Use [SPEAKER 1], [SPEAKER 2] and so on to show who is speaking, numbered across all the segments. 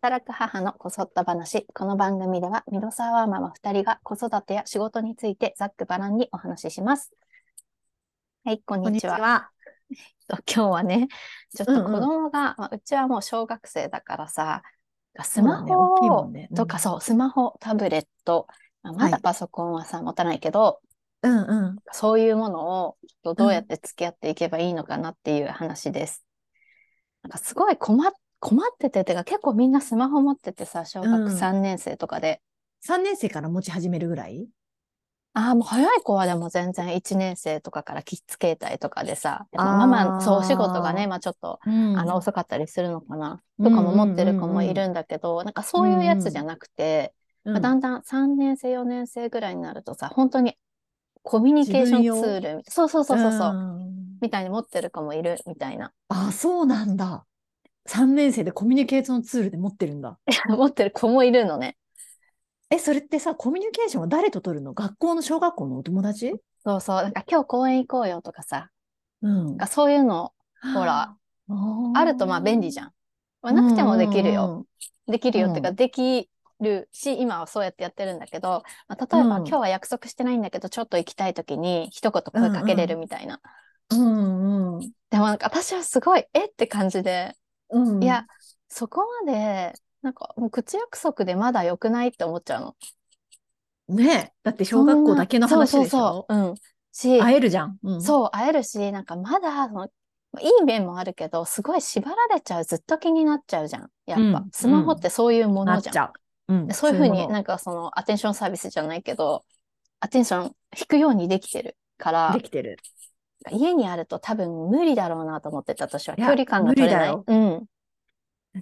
[SPEAKER 1] 働く母のこそっと話。この番組では、ミドサーワーママ2人が子育てや仕事についてざっくばらんにお話しします。はい、こん
[SPEAKER 2] こん
[SPEAKER 1] に
[SPEAKER 2] に
[SPEAKER 1] ち
[SPEAKER 2] ち
[SPEAKER 1] は。
[SPEAKER 2] は。
[SPEAKER 1] 今日はね、ちょっと
[SPEAKER 2] うんう
[SPEAKER 1] 子
[SPEAKER 2] ん
[SPEAKER 1] 供が、まあうちはもう小学生だからさ、ス
[SPEAKER 2] そう
[SPEAKER 1] マ
[SPEAKER 2] だね大きいも
[SPEAKER 1] ホ
[SPEAKER 2] んね
[SPEAKER 1] とかそう、スマホ、タブレット、まあまだ
[SPEAKER 2] はい
[SPEAKER 1] パソコンはさ、持たないけど、
[SPEAKER 2] うんうん。
[SPEAKER 1] そういうものをちょっとどうやって付き合っていけばいいのかなっていう話です。なんかすごい困っ困ってて、てか結構みんなスマホ持っててさ、小
[SPEAKER 2] うん
[SPEAKER 1] 学3年生とかで。
[SPEAKER 2] 3年生から持ち始めるぐらい
[SPEAKER 1] ああ、もう早い子はでも全然1年生とかからキッズ携帯とかでさ、
[SPEAKER 2] あー
[SPEAKER 1] ママ、そう、お仕事がね、まあちょっと、
[SPEAKER 2] うん
[SPEAKER 1] あの、
[SPEAKER 2] あ
[SPEAKER 1] 遅かったりするのかな、
[SPEAKER 2] う
[SPEAKER 1] と
[SPEAKER 2] ん
[SPEAKER 1] かも持ってる子もいるんだけど、なんかそういうやつじゃなくて、まあだ
[SPEAKER 2] ん
[SPEAKER 1] んだん3年生、4年生ぐらいになるとさ、本当にコミュニケーションツ
[SPEAKER 2] 自分
[SPEAKER 1] ー
[SPEAKER 2] 用
[SPEAKER 1] ルみたいそうそうそうそうそう。
[SPEAKER 2] ん
[SPEAKER 1] みたいに持ってる子もいるみたいな。
[SPEAKER 2] あ、そうなんだ。3年生でコミュニケーションツールで持ってるんだ。
[SPEAKER 1] 持ってる子もいるのね。
[SPEAKER 2] え、それってさ、コミュニケーションは誰と取るの学校の小学校のお友達
[SPEAKER 1] そうそう。なんか今日公園行こうよとかさ、
[SPEAKER 2] うん
[SPEAKER 1] なんかそういうのほら、あるとまあ便利じ
[SPEAKER 2] ゃん。
[SPEAKER 1] ゃん。まあ、なくてもできる
[SPEAKER 2] うんうん
[SPEAKER 1] よ。
[SPEAKER 2] うん。
[SPEAKER 1] できるよっていうか、
[SPEAKER 2] う
[SPEAKER 1] できるし、今はそうやってやってるんだけど、まあ、例えば、
[SPEAKER 2] うん
[SPEAKER 1] 今日は約束してないんだけど、ちょっと行きたい時に一言声かけれるみたいな。
[SPEAKER 2] うんうん
[SPEAKER 1] でもなんか私はすごい、えって感じで、
[SPEAKER 2] うん。
[SPEAKER 1] いや、そこまで、なんかもう口約束でまだ良くないって思っちゃうの。
[SPEAKER 2] ねえだって小学校だけの話でし
[SPEAKER 1] そ
[SPEAKER 2] ょ
[SPEAKER 1] うそうそう。うん。し、
[SPEAKER 2] 会えるじゃん。うん
[SPEAKER 1] そう、会えるし、なんかまだその、いい面もあるけど、すごい縛られちゃう、ずっと気になっちゃうじゃん。やっぱ、
[SPEAKER 2] うん
[SPEAKER 1] スマホってそういうも
[SPEAKER 2] な
[SPEAKER 1] の
[SPEAKER 2] っ
[SPEAKER 1] じゃん。
[SPEAKER 2] ちゃう。うん
[SPEAKER 1] でそういうふうに、
[SPEAKER 2] もの
[SPEAKER 1] なんかその、アテンションサービスじゃないけど、アテンション引くようにできてるから
[SPEAKER 2] で、きてる。
[SPEAKER 1] 家にあると多分無理だろうなと思ってた、私は。
[SPEAKER 2] い
[SPEAKER 1] 距
[SPEAKER 2] や
[SPEAKER 1] 離感が取れ
[SPEAKER 2] 無
[SPEAKER 1] な
[SPEAKER 2] 理だ
[SPEAKER 1] い。
[SPEAKER 2] よ
[SPEAKER 1] うん。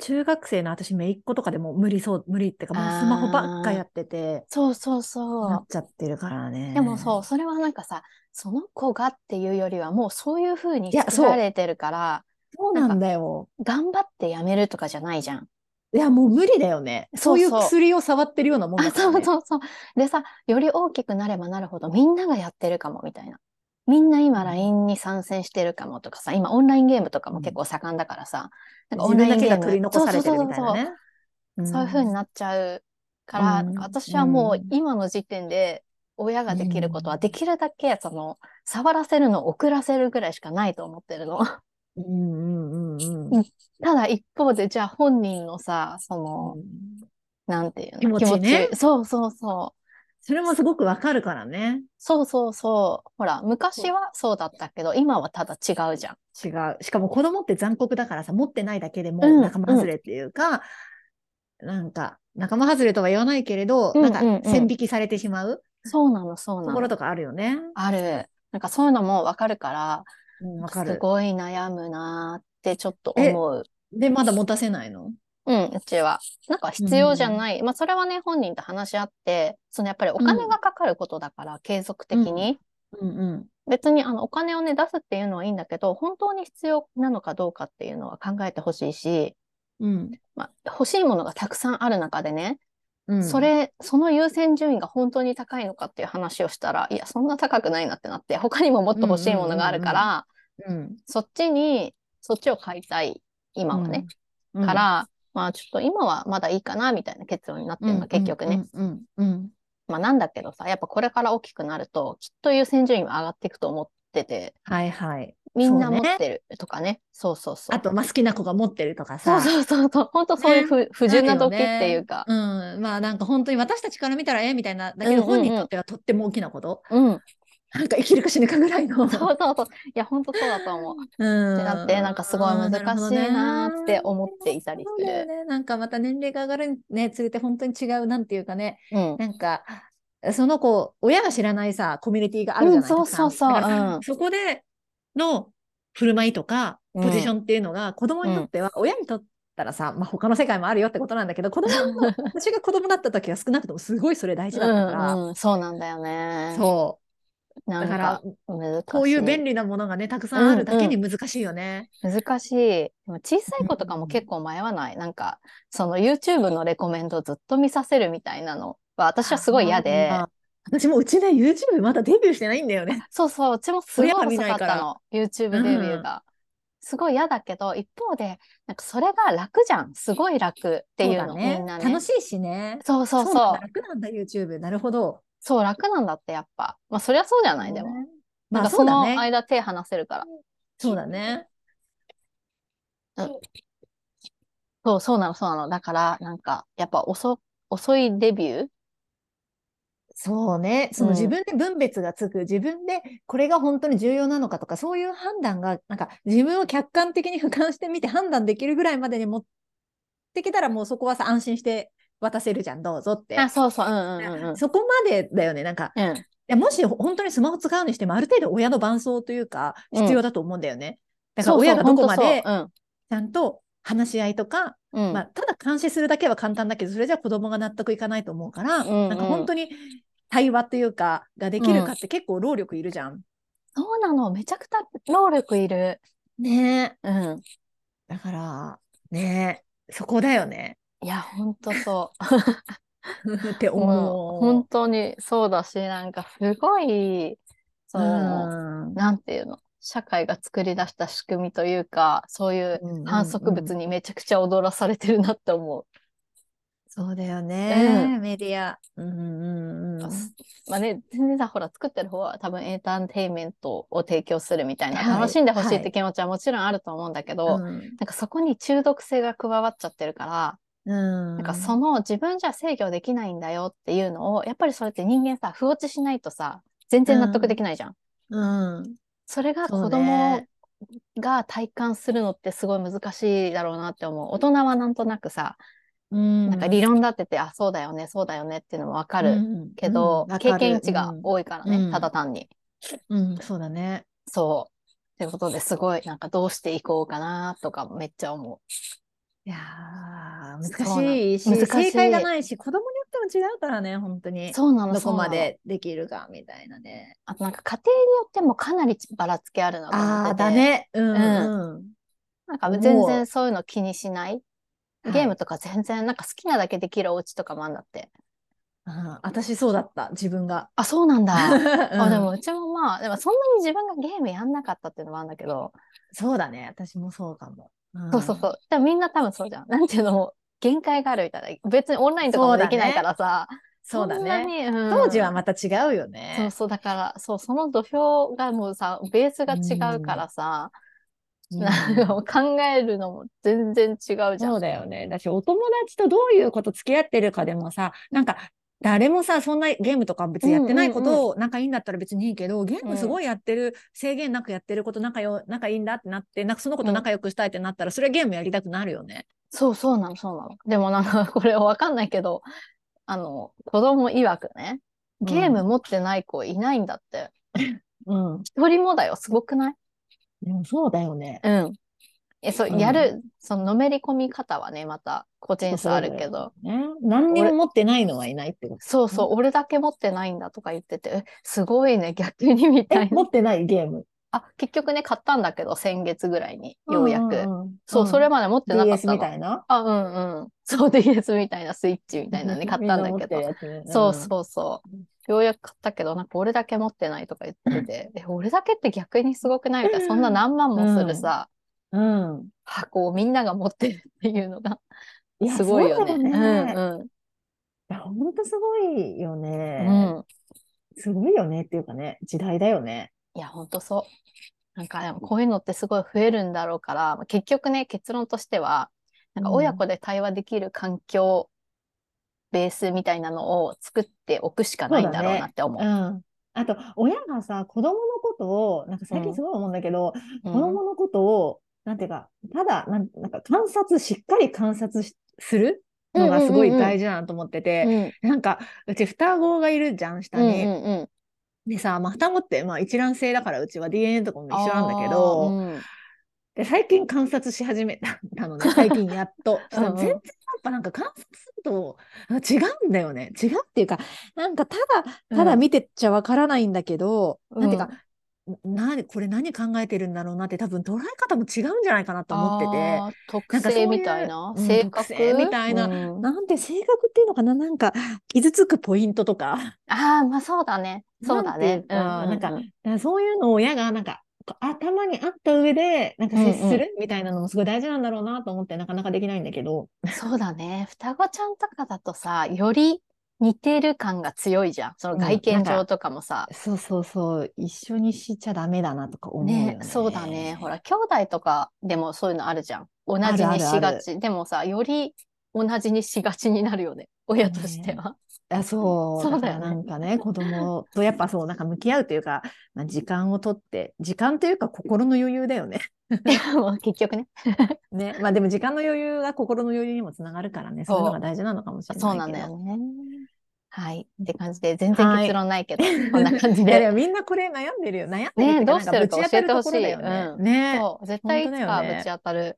[SPEAKER 2] 中学生の私、姪っ子とかでも無理そう、無理ってか、もうスマホばっかやってて、
[SPEAKER 1] そうそうそ
[SPEAKER 2] なっ
[SPEAKER 1] う。
[SPEAKER 2] ちゃってるからね。
[SPEAKER 1] でもそう、それはなんかさ、その子がっていうよりは、もうそういうふうに
[SPEAKER 2] いや
[SPEAKER 1] 作
[SPEAKER 2] そう
[SPEAKER 1] られてるから、
[SPEAKER 2] そうなんだよ。
[SPEAKER 1] 頑張ってやめるとかじゃないじゃん。
[SPEAKER 2] いや、もう無理だよね。
[SPEAKER 1] そ
[SPEAKER 2] そうう
[SPEAKER 1] そ
[SPEAKER 2] いうう薬を触ってるようなもん
[SPEAKER 1] あ、
[SPEAKER 2] だから、
[SPEAKER 1] そう
[SPEAKER 2] ね。
[SPEAKER 1] そうそう。でさ、より大きくなればなるほど、みんながやってるかも、みたいな。みんな今 LINE に参戦してるかもとかさ、今オンラインゲームとかも結構盛んだからさ、なんかオ
[SPEAKER 2] 自
[SPEAKER 1] ンラ
[SPEAKER 2] 分
[SPEAKER 1] イ
[SPEAKER 2] だ
[SPEAKER 1] ンゲー
[SPEAKER 2] けが
[SPEAKER 1] ム
[SPEAKER 2] 取り残されてるみたいな
[SPEAKER 1] そうそうそう
[SPEAKER 2] ね。
[SPEAKER 1] そうそういう風になっちゃうから、
[SPEAKER 2] うん
[SPEAKER 1] なんか私はもううん今の時点で親ができることはできるだけ、その、触らせるのを遅らせるぐらいしかないと思ってるの。
[SPEAKER 2] うんう
[SPEAKER 1] う
[SPEAKER 2] んうんうんん。
[SPEAKER 1] ただ一方で、じゃあ本人のさ、その、なんていうの、
[SPEAKER 2] 気持ちね
[SPEAKER 1] そうそうそう。
[SPEAKER 2] それもすごくわかるからね。
[SPEAKER 1] そうそうそう。ほら、昔はそうだったけど、今はただ違うじゃん。
[SPEAKER 2] 違う。しかも子供って残酷だからさ、持ってないだけでも
[SPEAKER 1] うん
[SPEAKER 2] 仲間外れっていうか、なんか、仲間外れとは言わないけれど、
[SPEAKER 1] うん
[SPEAKER 2] なんか
[SPEAKER 1] うんうん
[SPEAKER 2] 線引きされてしまう
[SPEAKER 1] そうなの、そう
[SPEAKER 2] と
[SPEAKER 1] な
[SPEAKER 2] ころ
[SPEAKER 1] の。
[SPEAKER 2] とかあるよね。
[SPEAKER 1] ある。なんかそういうのもわかるから、
[SPEAKER 2] うん、わか
[SPEAKER 1] す
[SPEAKER 2] る。
[SPEAKER 1] ごい悩むなーってちょっと思う。
[SPEAKER 2] で、まだ持たせないの
[SPEAKER 1] うん、うちは。なんか必要じゃない。まあ、それはね、本人と話し合って、そのやっぱりお金がかかることだから、継続的に。
[SPEAKER 2] うんうん。
[SPEAKER 1] 別にあのお金をね、出すっていうのはいいんだけど、本当に必要なのかどうかっていうのは考えてほしいし、
[SPEAKER 2] うん。
[SPEAKER 1] まあ、欲しいものがたくさんある中でね、
[SPEAKER 2] うん、
[SPEAKER 1] それ、その優先順位が本当に高いのかっていう話をしたら、いや、そんな高くないなってなって、他にももっと欲しいものがあるから、
[SPEAKER 2] ううん、
[SPEAKER 1] そっちに、そっちを買いたい、今はね。
[SPEAKER 2] うん、うん、
[SPEAKER 1] から、まあちょっと今はまだいいかな、みたいな結論になって
[SPEAKER 2] う
[SPEAKER 1] る
[SPEAKER 2] ん、
[SPEAKER 1] の、結局ね。
[SPEAKER 2] うん。うん、うん、
[SPEAKER 1] まあなんだけどさ、やっぱこれから大きくなると、きっと優先順位は上がっていくと思ってて、
[SPEAKER 2] はいはい。
[SPEAKER 1] みんな
[SPEAKER 2] そ
[SPEAKER 1] 持
[SPEAKER 2] うね
[SPEAKER 1] ってるとかね。そうそうそう。
[SPEAKER 2] あと、まあ、好きな子が持ってるとか
[SPEAKER 1] そ
[SPEAKER 2] さ。
[SPEAKER 1] うそうそうそう。本当そういう不,、不純な
[SPEAKER 2] あるよ
[SPEAKER 1] 時っ
[SPEAKER 2] ね
[SPEAKER 1] ていうか。
[SPEAKER 2] うん、まあなんか本当に私たちから見たらえみたいなだけ
[SPEAKER 1] うんうんう
[SPEAKER 2] ど
[SPEAKER 1] ん
[SPEAKER 2] 本人にとってはとっても大きなこと、
[SPEAKER 1] うん。
[SPEAKER 2] なんか生きるか死ぬかぐらいの。
[SPEAKER 1] そうそうそう。いや、本当そうだと思う。
[SPEAKER 2] うん
[SPEAKER 1] ってなって、なんかすごい難しいなーって思っていたり
[SPEAKER 2] そう
[SPEAKER 1] す
[SPEAKER 2] だよ
[SPEAKER 1] る。
[SPEAKER 2] ね。なんかまた年齢が上がるにねつれて本当に違うなんていうかね
[SPEAKER 1] うん。
[SPEAKER 2] なんかその子親が知らないさコミュニティがあるじゃない
[SPEAKER 1] うん
[SPEAKER 2] たくさ
[SPEAKER 1] そう
[SPEAKER 2] ん
[SPEAKER 1] そうそう
[SPEAKER 2] だから
[SPEAKER 1] うん
[SPEAKER 2] そこでの振る舞いとか
[SPEAKER 1] うん
[SPEAKER 2] ポジションっていうのが子供にとっては、親にとったらさ、まあ、他の世界もあるよってことなんだけど子供の私が子供だった時は少なくともすごいそれ大事だったから、
[SPEAKER 1] うんうん、そうなんだよね。
[SPEAKER 2] そ
[SPEAKER 1] な
[SPEAKER 2] うんだから
[SPEAKER 1] 難しい。
[SPEAKER 2] こういう便利なものがねたくさんあるだけに難しいよね。
[SPEAKER 1] 難しい。でも小さい子とかも結構迷わない。なんか、その YouTube のレコメンドをずっと見させるみたいなのは私はすごい嫌で。
[SPEAKER 2] あー。私もうちね YouTube まだデビューしてないんだよね。
[SPEAKER 1] そうそう、うちもすごい
[SPEAKER 2] 親が見
[SPEAKER 1] 遅
[SPEAKER 2] ない
[SPEAKER 1] かっ
[SPEAKER 2] から
[SPEAKER 1] たの。YouTube デビューが。すごい嫌だけど、一方で、なんかそれが楽じゃん。すごい楽っていう
[SPEAKER 2] そ
[SPEAKER 1] の、
[SPEAKER 2] だね
[SPEAKER 1] みんなね。
[SPEAKER 2] 楽しいしね。
[SPEAKER 1] そうそう
[SPEAKER 2] な
[SPEAKER 1] そ
[SPEAKER 2] ん
[SPEAKER 1] う
[SPEAKER 2] だ。楽なんだ、YouTube。なるほど。
[SPEAKER 1] そう、楽なんだって、やっぱ。まあ、そりゃそうじゃない、でも。。
[SPEAKER 2] ま
[SPEAKER 1] なんか
[SPEAKER 2] あ、そ
[SPEAKER 1] そう
[SPEAKER 2] だ
[SPEAKER 1] の
[SPEAKER 2] ね。
[SPEAKER 1] 間手離せるから。
[SPEAKER 2] そうだね。
[SPEAKER 1] そう、そうなの、そうなの。だから、なんか、やっぱ遅、遅いデビュー
[SPEAKER 2] そうね。その
[SPEAKER 1] うん
[SPEAKER 2] 自分で分別がつく、自分でこれが本当に重要なのかとか、そういう判断が、なんか自分を客観的に俯瞰してみて判断できるぐらいまでに持ってきたら、もうそこはさ、安心して渡せるじゃん、どうぞって。
[SPEAKER 1] あ、そうそう、うんうんうんうん。
[SPEAKER 2] そこまでだよね。なんか、
[SPEAKER 1] うん。
[SPEAKER 2] いやもし本当にスマホ使うにしても、ある程度親の伴奏というか、
[SPEAKER 1] うん
[SPEAKER 2] 必要だと思うんだよね。だから
[SPEAKER 1] そう
[SPEAKER 2] 親がどこまで
[SPEAKER 1] そう、本
[SPEAKER 2] ちゃんと話し合いとか、
[SPEAKER 1] 当そううん。うん。
[SPEAKER 2] まあ、ただ監視するだけは簡単だけど、それじゃ子供が納得いかないと思うから、
[SPEAKER 1] うんうん
[SPEAKER 2] なんか本当に対話というか、ができるかって結構労力いるじゃん。
[SPEAKER 1] そうなの。めちゃくちゃ労力いる。
[SPEAKER 2] ね
[SPEAKER 1] うん。
[SPEAKER 2] え。だから、ねえ、そこだよね。
[SPEAKER 1] いや、本当そう。
[SPEAKER 2] って思
[SPEAKER 1] もう
[SPEAKER 2] う。
[SPEAKER 1] 本当にそうだし、なんかすごい、その、
[SPEAKER 2] うん
[SPEAKER 1] なんていうの、社会が作り出した仕組みというか、そういう
[SPEAKER 2] うんうんうん
[SPEAKER 1] 反則物にめちゃくちゃ踊らされてるなって思う。
[SPEAKER 2] そうだよね、
[SPEAKER 1] う
[SPEAKER 2] メディア。うんうんうん。
[SPEAKER 1] まあね、全然さ、ほら、作ってる方は多分エンターテインメントを提供するみたいな、
[SPEAKER 2] はい
[SPEAKER 1] 楽しんでほしいっ
[SPEAKER 2] はい
[SPEAKER 1] て気持ちはもちろんあると思うんだけど、
[SPEAKER 2] うん
[SPEAKER 1] なんかそこに中毒性が加わっちゃってるから、
[SPEAKER 2] うん
[SPEAKER 1] なんかその自分じゃ制御できないんだよっていうのを、やっぱりそれって人間さ、不落ちしないとさ、全然納得できないじゃん。
[SPEAKER 2] うん
[SPEAKER 1] それが
[SPEAKER 2] そう
[SPEAKER 1] 子
[SPEAKER 2] ね
[SPEAKER 1] 供が体感するのってすごい難しいだろうなって思う。大人はなんとなくさ、
[SPEAKER 2] うん
[SPEAKER 1] なんか理論立てて、あ、そうだよね、そうだよねっていうのもわかる
[SPEAKER 2] うん
[SPEAKER 1] けど、
[SPEAKER 2] うんわか
[SPEAKER 1] 経
[SPEAKER 2] る
[SPEAKER 1] 験値が多いからね、
[SPEAKER 2] うん
[SPEAKER 1] ただ単に。
[SPEAKER 2] うんうんそうだね。
[SPEAKER 1] そう。ってことですごい、なんかどうしていこうかなとかめっちゃ思
[SPEAKER 2] いや
[SPEAKER 1] そうな
[SPEAKER 2] ー難しいし
[SPEAKER 1] 難しい
[SPEAKER 2] 正解がないし子供によっても違うからね本当
[SPEAKER 1] う。
[SPEAKER 2] に
[SPEAKER 1] そうなの、
[SPEAKER 2] どこま
[SPEAKER 1] そうなの。
[SPEAKER 2] でできるかみたいなね。
[SPEAKER 1] あとなんか家庭によってもかなりばらつきあるなと思って
[SPEAKER 2] ああー
[SPEAKER 1] て。
[SPEAKER 2] だ。ねう
[SPEAKER 1] う
[SPEAKER 2] んうん
[SPEAKER 1] なんか
[SPEAKER 2] 思う
[SPEAKER 1] 全然そういうの気にしない。
[SPEAKER 2] はい
[SPEAKER 1] ゲームとか全然なんか好きなだけできるお家とかもあんだって。
[SPEAKER 2] あー私そうだった自分が。
[SPEAKER 1] あ、そうなん だ。
[SPEAKER 2] あ
[SPEAKER 1] あ、でもうちもまあ、でもそんなに自分がゲームやんなかったっていうのもあるんだけど、
[SPEAKER 2] そうだね私もそうかも。ん
[SPEAKER 1] そうそうそう。でもみんな多分そうじゃん。なんていうのも限界があるみたいな。別にオンラインとかもできないからさ。
[SPEAKER 2] そうだ
[SPEAKER 1] んな
[SPEAKER 2] ね。
[SPEAKER 1] に。うん
[SPEAKER 2] 当時はまた違うよね。
[SPEAKER 1] そうそう、だから、そう、その土俵がもうさ、ベースが違うからさ、なんかもう考えるのも全然違うじゃん。
[SPEAKER 2] そうだよね。だし、お友達とどういうこと付き合ってるかでもさ、なんか、誰もさ、そんなゲームとか別にやってないこ
[SPEAKER 1] うんう
[SPEAKER 2] とを仲いいんだったら別にいいけど、ゲームすごいやってる、制限なくやってること仲よ、仲いいんだってなって、なんかその子と仲良くしたいってなったら、それはゲームやりたくなるよね。
[SPEAKER 1] そうそうなの、そうなの。でもなんか、これわかんないけど、あの、子供曰くね、ゲーム持ってない子いないんだって。
[SPEAKER 2] うん。
[SPEAKER 1] 一人もだよ、すごくない
[SPEAKER 2] でもそうだよね。
[SPEAKER 1] うん。え、そうう、
[SPEAKER 2] ん
[SPEAKER 1] やる、その、のめり込み方はね、また、個人差あるけど。
[SPEAKER 2] ね。何にも持ってないのはいないってこと。
[SPEAKER 1] そうそう、俺だけ持ってないんだとか言ってて、えすごいね、逆にみたいな。
[SPEAKER 2] ってないゲーム。
[SPEAKER 1] あ、結局ね、買ったんだけど、先月ぐらいに、ようやく。
[SPEAKER 2] ん
[SPEAKER 1] そう、それ
[SPEAKER 2] は
[SPEAKER 1] まで持ってなかったの。
[SPEAKER 2] いな。
[SPEAKER 1] あ、うんうん。そう、DS みたいなスイッチみ
[SPEAKER 2] み
[SPEAKER 1] たいなね、買ったんだけど。そうそうそう。ようやく買ったけど、なんか俺だけ持ってないとか言ってて、え、俺だけって逆にすごくないみたいな、そんな何万もするさ、
[SPEAKER 2] う。うん。
[SPEAKER 1] 箱をみんなが持ってるっていうのが、
[SPEAKER 2] いや
[SPEAKER 1] すごいよね。
[SPEAKER 2] そううんだね
[SPEAKER 1] うん。
[SPEAKER 2] いや、本当すごいよね。
[SPEAKER 1] うん。
[SPEAKER 2] すごいよねっていうかね、時代だよね。
[SPEAKER 1] いや、ほんとそう。なんか、でもこういうのってすごい増えるんだろうから、まあ結局ね、結論としては、なんか
[SPEAKER 2] うん
[SPEAKER 1] 親子で対話できる環境、ベースみたいなのを作っておくしかないんだろうなって思
[SPEAKER 2] う
[SPEAKER 1] う。
[SPEAKER 2] ん。あと、親がさ、子供のことを、なんか最近すごい思うんだけど、
[SPEAKER 1] うん
[SPEAKER 2] 子供のことを、なんていうか、ただ、なんなんか観察、しっかり観察しするのがすごい大事だなと思ってて、
[SPEAKER 1] うん
[SPEAKER 2] なんか、うち双子がいるじゃん、下
[SPEAKER 1] うん
[SPEAKER 2] に。
[SPEAKER 1] うんうん
[SPEAKER 2] でさ、まあ、双子って、まあ、一卵性だから、うちは DNA とかも一緒なんだけ
[SPEAKER 1] あ
[SPEAKER 2] ど、
[SPEAKER 1] ーうん
[SPEAKER 2] で、最近観察し始めたた のね、最近やっと。
[SPEAKER 1] うんうん
[SPEAKER 2] 全然やっぱなんか観察するとあ違うんだよね。違うっていうか、なんかただ、ただ
[SPEAKER 1] うん
[SPEAKER 2] 見てっちゃわからないんだけど、なんていうか、
[SPEAKER 1] うん
[SPEAKER 2] な、これ何考えてるんだろうなって多分捉え方も違うんじゃないかなと思ってて。
[SPEAKER 1] あー特性みたいな
[SPEAKER 2] なんかそうい
[SPEAKER 1] 性格
[SPEAKER 2] ううん特性みたいな
[SPEAKER 1] うん
[SPEAKER 2] なんて性格っていうのかななんか傷つくポイントとか、
[SPEAKER 1] ああまあそうだねそうだね
[SPEAKER 2] なんていうか
[SPEAKER 1] ううう
[SPEAKER 2] なんかそういうのを親がなんか頭にあった上で、なんか接
[SPEAKER 1] うんうん
[SPEAKER 2] するみたいなのもすごい大事なんだろうなと思って、なかなかできないんだけど。
[SPEAKER 1] そうだね。双子ちゃんとかだとさ、より似てる感が強いじゃん。その外
[SPEAKER 2] うん
[SPEAKER 1] 見
[SPEAKER 2] なんか
[SPEAKER 1] 上とかもさ。
[SPEAKER 2] そうそうそう、一緒にしちゃダメだなとか思う
[SPEAKER 1] ね、
[SPEAKER 2] よ
[SPEAKER 1] そうだね。ほら、兄弟とかでもそういうのあるじゃん。同じ
[SPEAKER 2] あ
[SPEAKER 1] に
[SPEAKER 2] るあ
[SPEAKER 1] し
[SPEAKER 2] るあ
[SPEAKER 1] が
[SPEAKER 2] る
[SPEAKER 1] ち。でもさ、より同じにしがちになるよね。親としては。
[SPEAKER 2] あそう、
[SPEAKER 1] そうだ
[SPEAKER 2] だか
[SPEAKER 1] よね
[SPEAKER 2] らなんかね、子供とやっぱそう、なんか向き合うというか、まあ、時間をとって、時間というか心の余裕だよね。
[SPEAKER 1] もう結局ね。
[SPEAKER 2] ね。まあでも時間の余裕が心の余裕にもつながるからね、そういうのが大事なのかもしれないけど。
[SPEAKER 1] そうなんだよね。はい。って感じで、全然
[SPEAKER 2] はい
[SPEAKER 1] 結論ないけど、こんな感じ
[SPEAKER 2] いやで
[SPEAKER 1] で。
[SPEAKER 2] もみんなこれ悩んでるよ。悩んでるってい
[SPEAKER 1] ね
[SPEAKER 2] うか
[SPEAKER 1] どうしてるか
[SPEAKER 2] なんぶち当たるところだよ
[SPEAKER 1] 教えてほしい
[SPEAKER 2] ね。ね
[SPEAKER 1] そう、絶対い
[SPEAKER 2] 本当
[SPEAKER 1] つ
[SPEAKER 2] だよ
[SPEAKER 1] か
[SPEAKER 2] ね
[SPEAKER 1] ぶち当たる、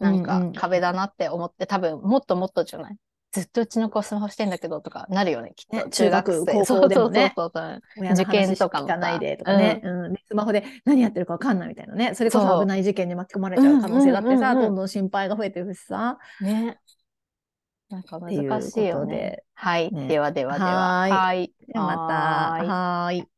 [SPEAKER 1] なん
[SPEAKER 2] うんう
[SPEAKER 1] か
[SPEAKER 2] ん
[SPEAKER 1] 壁だなって思って、多分もっともっとじゃないずっとうちの子スマホしてんだけどとかなるよね、きっと。
[SPEAKER 2] ね
[SPEAKER 1] 中学
[SPEAKER 2] 中
[SPEAKER 1] 生。
[SPEAKER 2] 学高校でもね
[SPEAKER 1] そうそうそうそう。
[SPEAKER 2] 親の話
[SPEAKER 1] 受験とかもさ
[SPEAKER 2] 聞かないでとかね、うんでスマホで何やってるかわかんないみたいなね。それこ
[SPEAKER 1] そ
[SPEAKER 2] そう危ない事件に巻き込まれちゃう可能性だってさ、
[SPEAKER 1] うんうんうんうん
[SPEAKER 2] どんどん心配が増えてるしさ。
[SPEAKER 1] ね。なんか難しいよ
[SPEAKER 2] っていうこと
[SPEAKER 1] ね
[SPEAKER 2] で。
[SPEAKER 1] はい。
[SPEAKER 2] ね
[SPEAKER 1] ではではでは。
[SPEAKER 2] はーい
[SPEAKER 1] はーい。
[SPEAKER 2] じゃあまた。
[SPEAKER 1] はーい
[SPEAKER 2] はーい。